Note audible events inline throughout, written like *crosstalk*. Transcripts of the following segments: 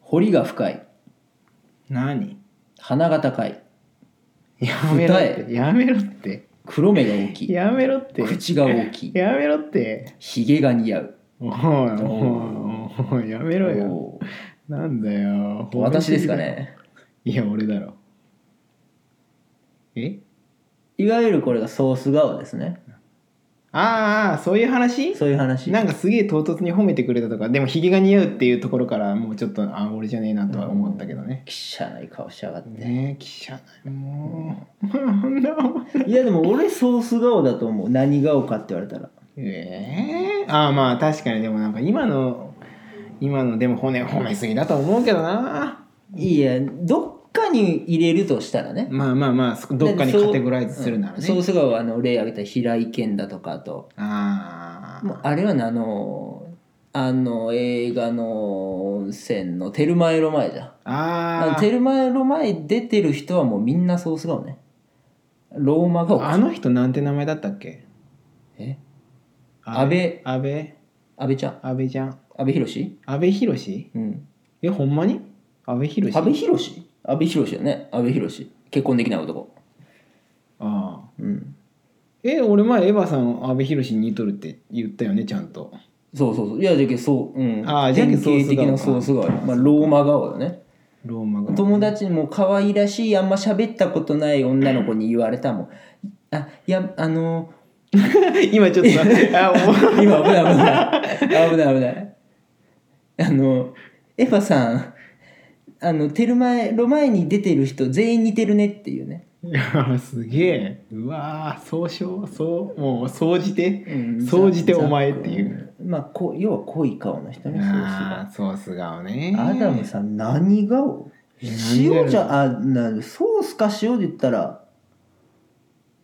堀が深い何鼻が高いやめろってやめろって黒目が大きいやめろって口が大きいやめろってひげが似合うおいおいおいおいやめろよおーなんだよ褒め私すぎだですかねいや俺だろえいわゆるこれがソース顔ですねあーあーそういう話そういう話なんかすげえ唐突に褒めてくれたとかでもひげが似合うっていうところからもうちょっとあ俺じゃねえなとは思ったけどね、きしゃない顔しやがってねえ記者もう *laughs* なんだお前いやでも俺ソース顔だと思う何顔かって言われたらええああまあ確かにでもなんか今の今のでも骨褒めすぎだと思うけどないやどっかに入れるとしたらねまあまあまあそどっかにだてそうカテゴライズするならうんね、ソース顔はあの例挙げた平井堅だとかあとあもうあれはねあのあの映画の温泉の「テルマエロ前」じゃんあああのあテルマエロ前出てる人はもうみんなソース顔ねローマ顔あの人なんて名前だったっけえ安倍安安倍安倍ちゃん安倍じゃん安倍博安倍博士うんえほんまに安倍博士安倍博安倍博だよね安倍博結婚できない男ああうんえ俺前エヴァさん安倍博士に似とるって言ったよねちゃんとそうそうそういやじゃけそううんあーじゃけ典ソース顔型的なソース顔まあローマ顔だねローマが友達にも可愛らしいあんま喋ったことない女の子に言われたもんあいやあの *laughs* 今ちょっとあおも今危ない危ない危ない危ないあのエヴァさんあのテルマエロ前に出てる人全員似てるねっていうね、いやー *laughs* すげえうわー総称そうもう総じうてん総じてお前っていうまあこう要は濃い顔の人ねあーソース顔ねアダムさん何顔えなんでやろ塩じゃあなソースか塩で言ったら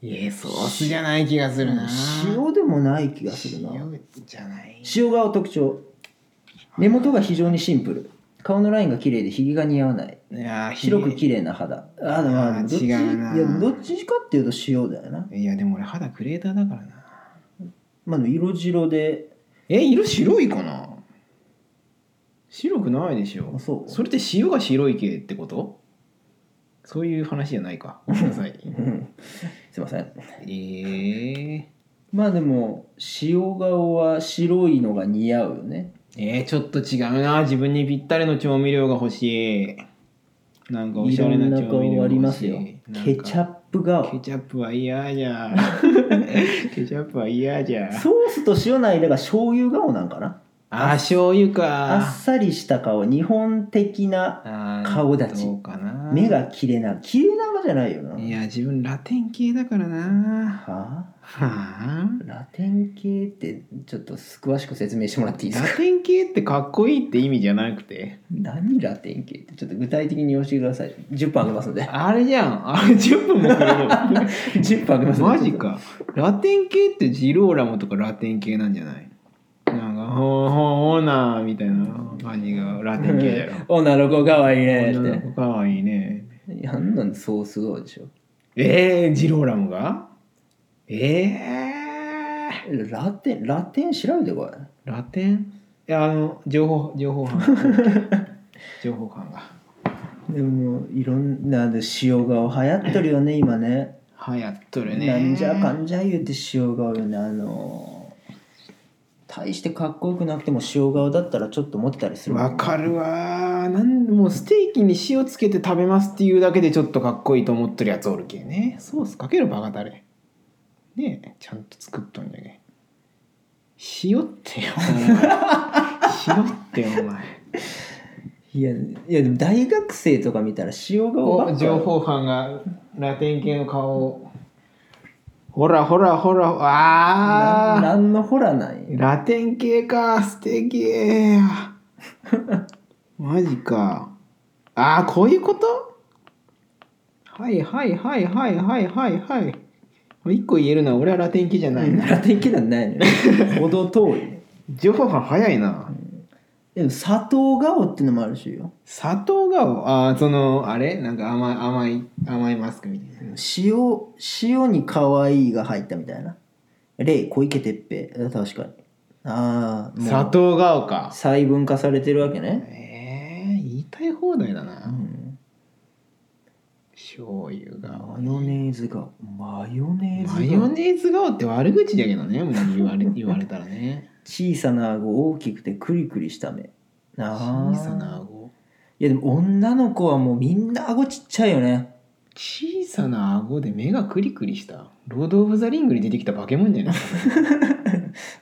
いやソースじゃない気がするな塩でもない気がするな塩じゃない塩顔特徴目元が非常にシンプル顔のラインが綺麗でひげが似合わないいやー白く綺麗な肌あでもあーあどっち違うないやどっちかっていうと塩だよないやでも俺肌クレーターだからなまあでも色白でえ色白いかな白くないでしょあそうそれって塩が白い系ってことそういう話じゃないかごめんな *laughs* さいうんすいませんええまあでも塩顔は白いのが似合うよねえー、ちょっと違うな自分にぴったりの調味料が欲しいなんかおいしゃろれんなな調味顔料あがり欲ましすいよケチャッッププケ顔チャップは嫌じ *laughs* ゃケチャップは嫌じゃソースと塩の間が醤油顔なんかなあー醤油あかっさりした顔日本的なあー顔立ちどうかな目が切れな切れ長じゃないよないや自分ラテン系だからなはあはあラテン系ってちょっと詳しく説明してもらっていいですラかテン系ってかっこいいって意味じゃなくて何ラテン系ってちょっと具体的に教えてください10分あげますん *laughs* であれじゃんあれ10分もかかる10分あげますんでマジかラテン系ってジローラモとかラテン系なんじゃないなんか「ほーほーオーナー」みたいな感じがラテン系だよ女の子かわいいね女のっ子かわいいねてやんなんでソース顔でしょえー、ジローラモがえー、ラテンラテン調べてこいラテンいやあの情報情報班 *laughs* 情報班がでもいろんなで塩顔流行ってるよね今ね流行っとるねなんじゃかんじゃ言うて塩顔よねあの大してかっこよくなくても塩顔だったらちょっと持ってたりするもんわかるわーなんもうステーキに塩つけて食べますっていうだけでちょっとかっこいいと思ってるやつおるけねソースかけるバカタレねえちゃんと作っとんじゃけ塩って *laughs* お前塩ってお前いやいやでも大学生とか見たら塩顔ばっかおり情報班がラテン系の顔をほらほらほらあなーなんのホラーなんやラテン系か素敵 *laughs* マジかああこういうことはいはいはいはいはいはいはい一個言えるのは俺はラテン系じゃないなラテン系なん *laughs* ないのよほど遠いね情報班早いなでも砂糖顔ってのもあるしよ砂糖顔ああそのあれなんか甘い甘い甘いマスクみたいな塩塩に可愛いが入ったみたいな例小池徹平あ確かにああもう砂糖顔か細分化されてるわけねえー、言いたい放題だうな、ん、醤油がマヨネーズがマヨネーズがマヨネーズ顔って悪口だけどねもう言われ言われたらね小さな顎大きくてクリクリした目あ小ーさな顎いやでも女の子はもうみんな顎ちっちゃいよね小さな顎で目がクリクリしたロード・オブ・ザ・リングに出てきた化け物じゃない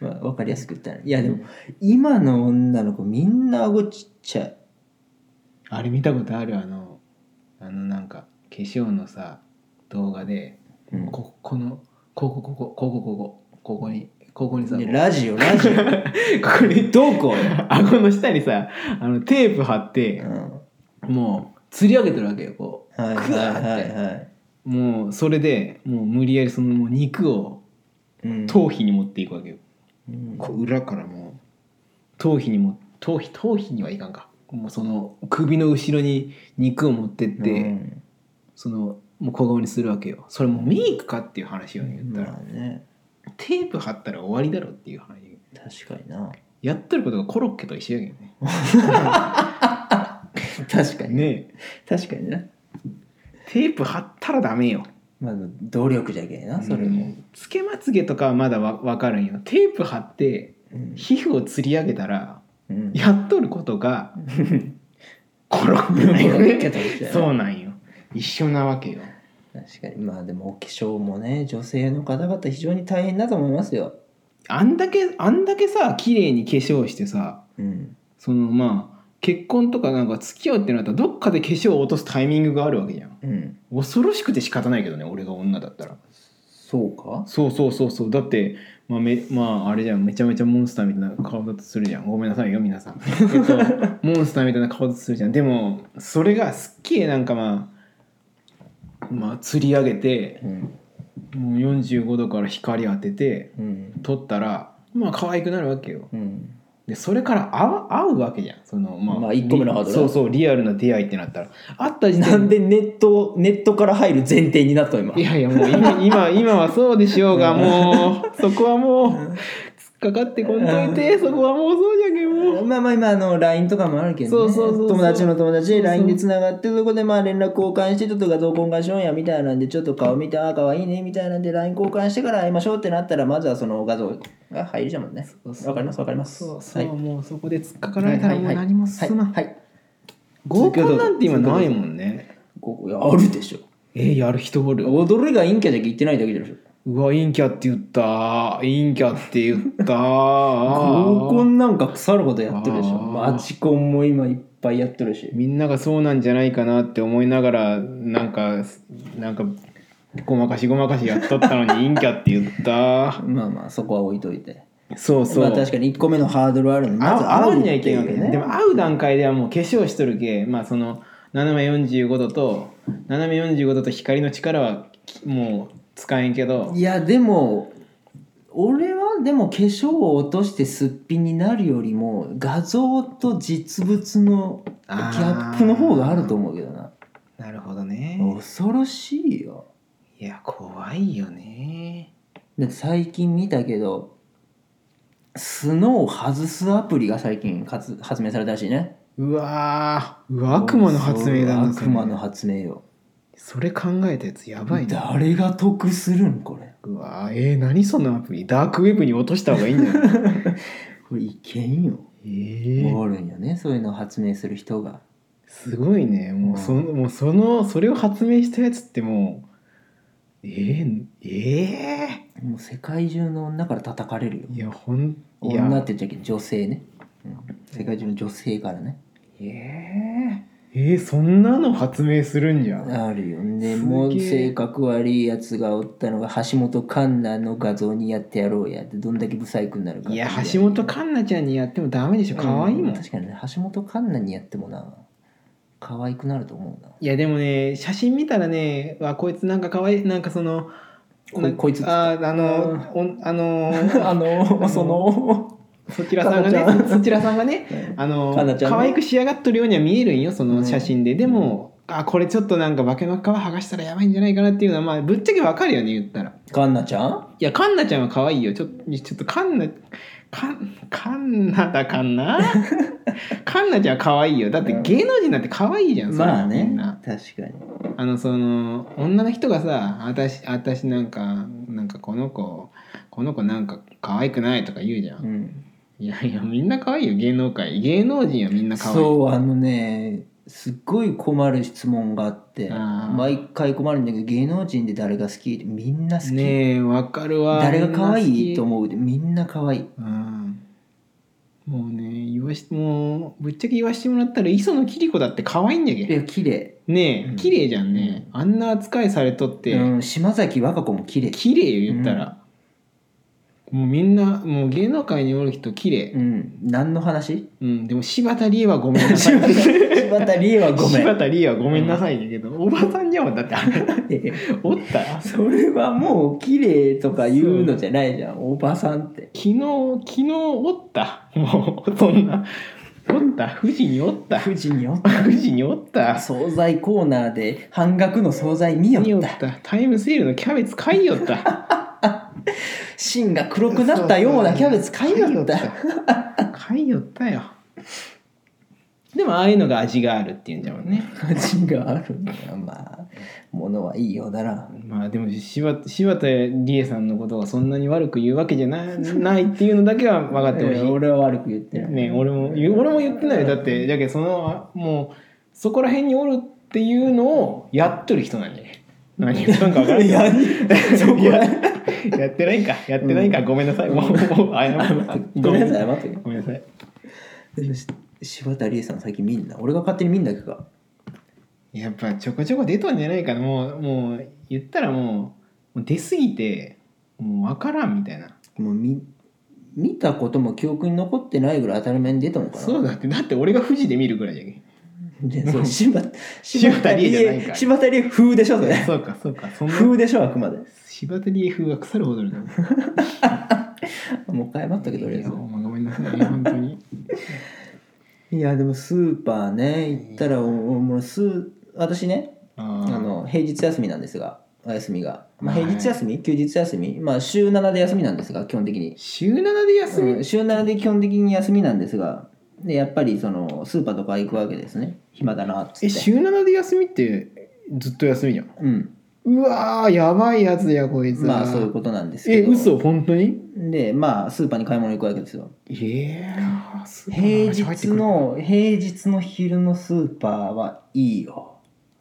まあ、わかりやすく言ったらいやでも今の女の子みんな顎ちっちゃいあれ見たことあるあのあのなんか化粧のさ動画でうんここのここここここここここにここにさいやラジオラジオ *laughs* ここにどこよ、顎の下にさあのテープ貼っうてん、もう吊り上げてるわけよこはいはいはいはい、うもうそれでもう無理やりそのもう肉をうん頭皮に持っていくわけよ、うんこう裏からもう頭皮にも頭皮頭皮にはいかんかもうその首の後ろに肉を持ってって、うんそのもう小顔にするわけよそれもうメイクかっていう話を言ったら、まあねテープ貼ったら終わりだろっていう話確かに *laughs* なやってることがコロッケと一緒やけどね確かにねえ確かになテープ貼ったらダメよまあ努力じゃけえなそれも、うんつけまつげとかはまだわ分かるんよテープ貼ってうん皮膚をつり上げたらうんやっとることが *laughs* コロッケだよコロッケと一緒ねやなそうなんよ一緒なわけよ確かにまあでもお化粧もね女性の方々非常に大変だと思いますよあんだけあんだけさ綺麗に化粧してさうんそのまあ結婚とかなんか付き合うってなったらどっかで化粧を落とすタイミングがあるわけじゃんうん恐ろしくて仕方ないけどね俺が女だったらそうかそうそうそうそうだってまあめまああれじゃんめちゃめちゃモンスターみたいな顔だとするじゃんごめんなさいよ皆さん、 *laughs* えっと、モンスターみたいな顔だとするじゃんでもそれがすっげえなんかまあまあ釣り上げてうんもう45度から光当ててうん撮ったらまあ可愛くなるわけようんでそれから会う会うわけじゃんそのまあ、まあ一個目のハードルそうそうリアルな出会いってなったら会った時点なんでネットネットから入る前提になったの今いやいや *laughs* もう今今今はそうでしょうがもうそこはもう突っかかってこんといてそこはもうそうじゃけんもうまあまあ今あの LINE とかもあるけど、ね、そうそうそうそう友達の友達そでうそう LINE でつながってそこでまあ連絡交換してちょっと画像交換しようやみたいなんでちょっと顔見てああ可愛いねみたいなんで LINE 交換してから会いましょうってなったらまずはその画像が入りじゃもんねうそうわかりますわかりますそうそう、はいもうそこで突っかかられたらもう何も進まん、はいはいはい合コンなんて今ないもんねここいやあるでしょえやる人おる踊りが陰キャじゃけ言ってないだけでしょうわ陰キャって言った陰キャって言った合コ合ンなんか腐ることやってるでしょあーまあアチコンも今いっぱいやってるしみんながそうなんじゃないかなって思いながらなんかなんかごまかしごまかしやっとったのに *laughs* 陰キャって言ったまあまあそこは置いといてそうそう、まあ確かに1個目のハードルあるのでままずず会会ううっにはていけいんうわけねねでも会う段階ではもう化粧しとるけまあその斜め45度と斜め45度と光の力はもう使えんけどいやでも俺はでも化粧を落としてすっぴんになるよりも画像と実物のギあャーップの方があると思うけどななるほどね恐ろしいよいや怖いよねで最近見たけどスノーを外すアプリが最近発発明されたらしいねうわーうわ悪魔の発明だなそう悪魔のそれ発明よそれ考えたやつやばいな誰が得するんこれうわーえー、何そのアプリダークウェブに落とした方がいいんじ *laughs* ゃないこれいけんよえおるんよねそういうのを発明する人がすごいねもうそのもうそのそれを発明したやつってもうえー、えもう世界中の女から叩かれるよー、いやほんい女っやて言っちゃいけない女性ね、うん、世界中の女性からねえー、えー、そんなの発明するんじゃんあるよすげねえもう性格悪いやつがおったのが橋本環奈の画像にやってやろうやってどんだけブサイクになるかいや橋本環奈ちゃんにやってもダメでしょ可愛いもうん、確かにね橋本環奈にやってもな可愛くなると思うないやでもね写真見たらねわこいつなんか可愛いなんかそのこなこいつっつったあーあのおんあの *laughs* あのその *laughs* そちらさんがかなちねゃんそちらさんがねあの、かなちゃんね可愛く仕上がっとるようには見えるんよその写真で、うんでも、あこれちょっとなんか化けの皮剥がしたらやばいんじゃないかなっていうのはまあぶっちゃけわかるよね言ったら環奈ちゃんいやカンナちゃんは可愛 *laughs* いよちょちょっとカンナカンカンナだかなカカンナちゃんは可愛いよだって芸能人なんて可愛いじゃん、それまあみねんな確かにあのその女の人がさ「私私なんかなんかこの子この子なんか可愛くない」とか言うじゃん、うんいやいやみんな可愛いよ芸能界芸能人はみんな可愛いそうあのねすっごい困る質問があってあー毎回困るんだけど芸能人で誰が好きってみんな好き、ねえわかるわ誰が可愛いとみんな好き思うでみんな可愛いうんもうね言わしもうぶっちゃけ言わしてもらったら磯野桐子だって可愛いんだいけや綺麗ねうんえ綺麗じゃんね、あんな扱いされとって、うん島崎和歌子も綺麗綺麗よ言ったら、もうみんなもう芸能界におる人綺麗うん何の話うんでも柴田理恵はごめんなさい *laughs* 柴田理恵はごめ柴ん田理恵はごめんなさいだけど、おばさんじゃんだってあれおったそれはもう綺麗とか言うのじゃないじゃん *laughs* おばさんって昨日昨日おったもうそんなおった富士におった富士におった富士におった惣菜コーナーで半額の惣菜見よにおっったたタイムセールのキャベツ買いよった芯が黒くなったようなキャベツ買いよった買いよったよでもああいうのが味があるっていうんだもんね味があるんだよまあ物はいいようだなまあでも柴柴田理恵さんのことをそんなに悪く言うわけじゃないないっていうのだけは分かってほしえーい俺は悪く言ってない、ね俺も言う俺も言ってないよだってだけどそのもうそこら辺におるっていうのをやっとる人なんじゃね何言ったんか分からんい *laughs* や *laughs* そこやらやってないんかやってないんか、ごめんなさいもうもう謝るごめんなさい待ってごめんなさい柴田理恵さん最近見んな俺が勝手に見んだけかやっぱちょこちょこ出とんじゃないかなもうもう言ったらもうもう出過ぎてもう分からんみたいなもう見見たことも記憶に残ってないぐらい当たり前に出たのかなそうだってだって俺が富士で見るぐらいじゃけんでそう柴田柴田理恵じゃないから柴田理恵風でしょそれそうかそうかそんな風でしょあくまで柴田理恵風が腐るほどだねもう一回待ったけどとりあえずいやまあごめんなさいね本当にいやでもスーパーね行ったらおおもうスー私ねああーの平日休みなんですがお休みが、まあ、はい平日休み休日休みまあ週7で休みなんですが基本的に、週7で休み、うん、週7で基本的に休みなんですがでやっぱりそのスーパーとか行くわけですね暇だなっつえって週7で休みってずっと休みじゃんうんうわーやばいやつやこいつまあそういうことなんですけえど嘘本当にでまあスーパーに買い物行くわけですよええ平日の平日の昼のスーパーはいいよ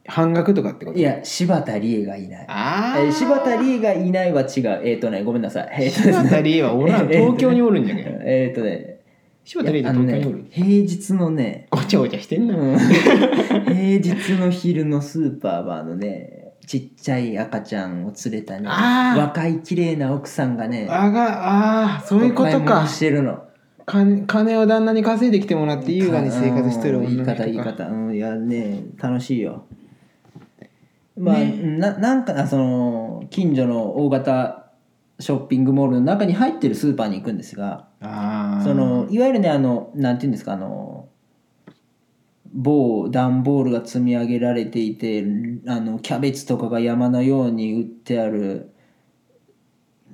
半額とかってこといや柴田理恵がいないああ、えー柴田理恵がいないは違う。えっ、とね、ごめんなさい。えっ、とです柴田ね。理恵はおらんえー東京におるんじゃけ *laughs* んえっ、とね。柴田理恵ってあの東京におる、ね、平日のね、ごちゃごちゃしてんな、 *laughs* うん平日の昼のスーパーはあのね、ちっちゃい赤ちゃんを連れたね、あー若い綺麗な奥さんがね、あがあーそういうこお買と物かしてるの。金金を旦那に稼いできてもらって優雅に生活してるうん言女いの人方か言い方、うん、いやね楽しいよまあ、ねななんかその近所の大型ショッピングモールの中に入ってるスーパーに行くんですがああそのいわゆるねあのなんていうんですかあの某段ボールが積み上げられていてあのキャベツとかが山のように売ってある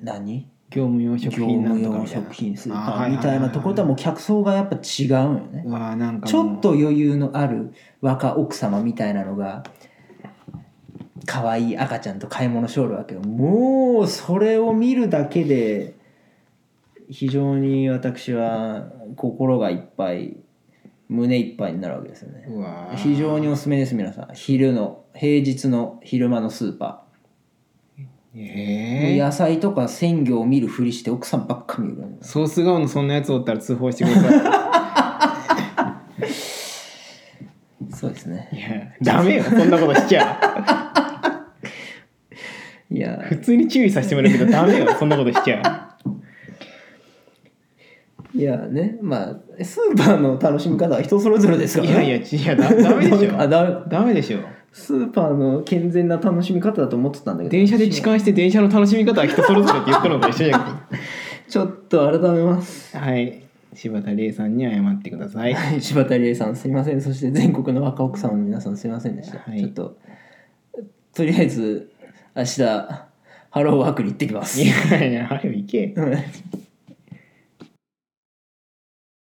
何業務用食業品な務んと用かみたいな食品スーあパはーみたいなところとはもう客層がやっぱ違うんよねうわーなんかちょもっうと余裕のある若奥様みたいなのが可愛い赤ちゃんと買い物しょるわけよもうそれを見るだけで非常に私は心がいっぱい胸いっぱいになるわけですよねうわー非常におすすめです皆さん昼の平日の昼間のスーパー、ええ野菜とか鮮魚を見るふりして奥さんばっか見るのよソース顔のそんなやつおったら通報してくださそうですねいいやダメよそんなことしち *laughs* ゃいや普通に注意させてもらうけどダメよそんなことしちゃいやねまあスーパーの楽しみ方は人それぞれですうかいらやいやいやだダメでしょあだダメでしょスーパーの健全な楽しみ方だと思ってたんだけど電車で痴漢して電車の楽しみ方は人それぞれって言ったのと一緒じゃんちょっと改めますけはい柴田礼さんに謝ってくだ *laughs* さいはい柴田理恵さんすいませんそして全国の若奥様の皆さんすいませんでした、はいちょっととりあえ *laughs* ず明日ハローワークに行ってきますいやいや早く行けうん